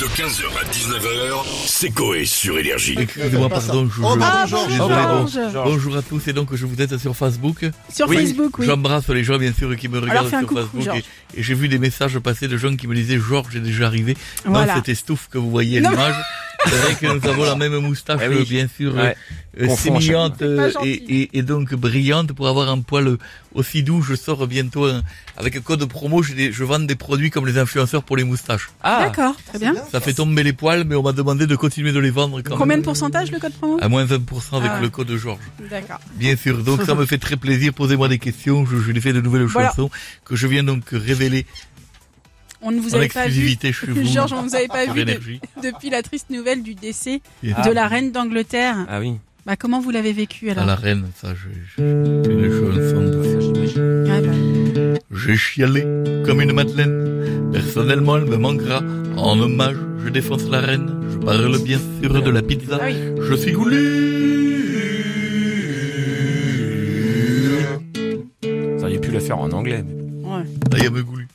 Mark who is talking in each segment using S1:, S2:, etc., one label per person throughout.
S1: De 15h à 19h, c'est Coé sur Énergie.
S2: Euh,
S3: Excusez-moi,
S4: pas ça.
S3: pardon, je,
S4: Oh,
S2: Ah,
S3: je-
S4: pardon,
S3: je-
S4: Georges.
S3: désolé,
S4: Oh,
S3: bon.
S4: pardon,
S3: Bonjour à tous et donc je vous êtes sur Facebook.
S2: Sur
S3: Oui.
S2: Facebook, oui.
S3: J'embrasse les gens bien sûr qui me regardent
S2: fais un
S3: sur
S2: coucou,
S3: Facebook
S2: Georges.
S3: et, et j'ai vu des messages passer de gens qui me disaient Georges est déjà arrivé dans
S2: Voilà.
S3: cette estouffe que vous voyez à
S2: Non.
S3: l'image. C'est vrai que nous avons la même moustache,
S5: Eh oui.
S3: euh, bien sûr, euh,
S5: Ouais.
S3: euh,
S5: Confond à chaque
S3: sémillante
S2: pas
S3: euh,
S2: gentil.
S3: et, et- et donc brillante pour avoir un poil euh, aussi doux. Je sors bientôt un- avec un code promo, j'ai des- je vends des produits comme les influenceurs pour les moustaches.
S5: Ah,
S2: D'accord, très bien.
S3: Ça fait tomber les poils, mais on m'a demandé de continuer de les vendre quand
S2: Combien
S3: même.
S2: de pourcentage le code promo
S3: À moins 20% avec
S2: Ah.
S3: le code Georges.
S2: D'accord.
S3: Bien sûr, donc ça me fait très plaisir. Posez-moi des questions. Je, je l'ai fait de nouvelles
S2: Voilà.
S3: chansons que je viens donc révéler
S2: On ne vous
S3: en
S2: avait pas vu.
S3: exclusivité chez vous. Ah,
S2: Georges, on ne vous avait pas
S3: sur
S2: vu de-
S3: Énergie.
S2: depuis la triste nouvelle du décès
S3: Bien
S2: de
S5: Ah.
S2: la reine d'Angleterre.
S5: ah oui.
S2: Bah, comment vous l'avez vécu
S3: À
S2: alors
S3: la reine, ça, je, je- c'est une chanson de-
S2: Ouais, bah,
S4: Euh,
S3: J'ai chialé comme une madeleine. Personnellement, elle me manquera. En hommage, je défonce la reine. Je parle bien sûr de la pizza.
S2: Ah oui.
S3: Je suis goulu.
S5: Vous auriez pu la faire en anglais.
S2: ouais.
S3: Ah, il y a me goulu.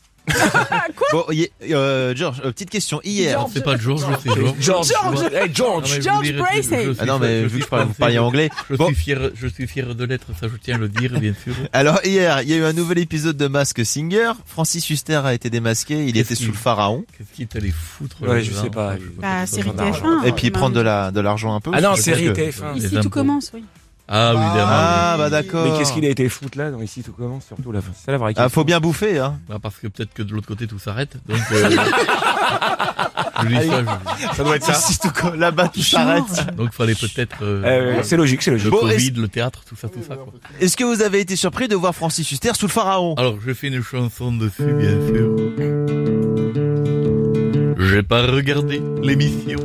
S4: Bon, y- euh, George, euh, petite question. Hier.
S2: George.
S3: C'est pas Georges, c'est Georges.
S5: George,
S2: George.
S5: Hey,
S3: Ah,
S5: George.
S3: mais vous
S2: George
S3: direz, je-
S2: Bracey.
S3: je suis-
S4: Ah non, mais
S3: je
S4: vu
S3: suis
S4: que je parle, vous
S3: français,
S4: parliez anglais.
S3: Je
S4: Bon.
S3: suis fier, je suis fier de l'être, ça je tiens à le dire, bien sûr.
S4: Alors, hier, il y a eu un nouvel épisode de Mask Singer. Francis Huster a été démasqué. Il
S3: Qu'est-ce
S4: était sous
S3: qu'il-
S4: le pharaon.
S3: Qu'est-ce qu'il t'allait foutre hein
S5: Ouais,
S3: là-dedans
S5: je sais pas.
S3: sais
S2: Bah, série
S5: j'en ai marre.
S2: TF1.
S4: Et puis,
S2: Bah,
S4: prendre de la, de l'argent un peu.
S5: Ah non,
S4: parce que je
S5: série
S4: pense que-
S5: TF1.
S3: les
S2: Ici tout
S3: impôts.
S2: commence, oui.
S3: Ah, oui, évidemment.
S4: Ah, bah d'accord.
S5: Mais qu'est-ce qu'il a été foutre là dans ici tout commence surtout là. C'est la vraie
S4: Ah,
S5: question.
S4: faut bien bouffer, hein.
S3: Bah, parce que peut-être que de l'autre côté tout s'arrête. Donc, euh, je dis ça,
S4: Ça doit être ça. Là-bas, tout s'arrête.
S2: Genre,
S3: je- donc fallait peut-être euh,
S5: Euh, c'est logique, c'est
S3: le
S5: logique.
S4: Bon,
S3: Covid, le théâtre, tout ça, tout ça. Quoi.
S4: Est-ce que vous avez été surpris de voir Francis Huster sous le pharaon
S3: Alors je fais une chanson dessus, bien sûr. J'ai pas regardé l'émission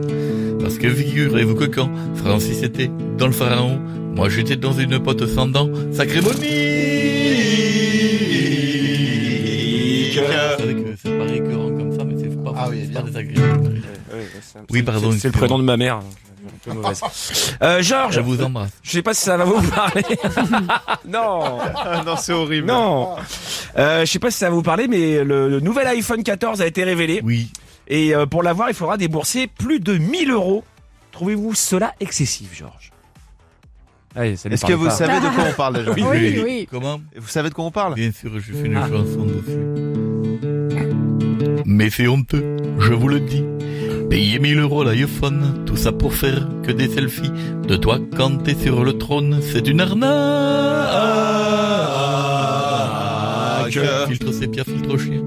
S3: parce que figurez-vous que quand Francis était dans le pharaon, moi j'étais dans une pote sans dents, sacré bonnie. Vous savez que c'est pas récurrent comme ça, mais c'est pas,
S4: Ah oui,
S3: c'est
S4: bien.
S3: pas désagréable. Oui, pardon,
S5: C'est le
S3: excusez-moi.
S5: prénom de ma mère. donc, un peu mauvaise. Euh,
S3: Je
S5: Georges,
S3: vous embrasse.
S5: je sais pas si ça va vous parler. non,
S4: Non, c'est horrible.
S5: non. Euh, je sais pas si ça va vous parler, mais le, le nouvel iPhone 14 a été révélé.
S3: Oui,
S5: Et euh, pour l'avoir, il faudra débourser plus de 1000 euros. Trouvez-vous cela excessif, Georges Allez, Ah, ça lui
S4: Est-ce que
S5: parle
S4: vous
S5: pas.
S4: savez de quoi on parle déjà
S5: Oui.
S2: Oui, oui.
S3: comment
S4: Vous savez de quoi on parle
S3: Bien sûr, je fais une
S5: Ah.
S3: chanson dessus. Mais c'est honteux, je vous le dis. Payer 1000 euros l'iPhone, tout ça pour faire que des selfies. De toi quand t'es sur le trône, c'est une
S2: Ah,
S3: arnaque. Filtre sépia, filtre chien.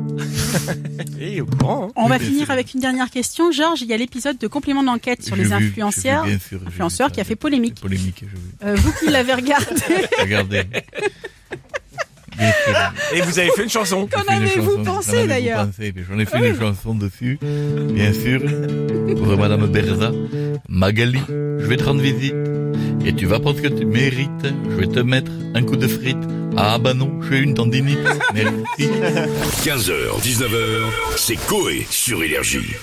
S5: Eh, au courant, hein.
S2: On va
S3: Oui,
S2: finir
S3: c'est-
S2: avec une dernière question. Georges, il y a l'épisode de complément d'enquête sur
S3: J'ai
S2: les
S3: vu,
S2: influencières.
S3: j'ai vu, bien sûr, j'ai vu
S2: influenceurs
S3: ça,
S2: qui a fait
S3: j'ai-
S2: polémique.
S3: Polémique, j'ai vu.
S2: Euh, vous qui l'avez regardé,
S3: Regardez. Bien sûr.
S5: Et vous avez fait une chanson.
S2: Qu'en
S3: J'ai fait une
S2: avez-vous
S3: chanson,
S2: pensé,
S3: qu'en avez-vous
S2: d'ailleurs Ah
S3: pensé J'en ai fait une chanson dessus, bien sûr, pour Madame Berza. Magali, je vais te rendre visite et tu vas prendre ce que tu mérites. Je vais te mettre un coup de frite. Ah bah non, j'ai une tendinite. Merci.
S1: 15h, 19h, c'est Coé sur Énergie.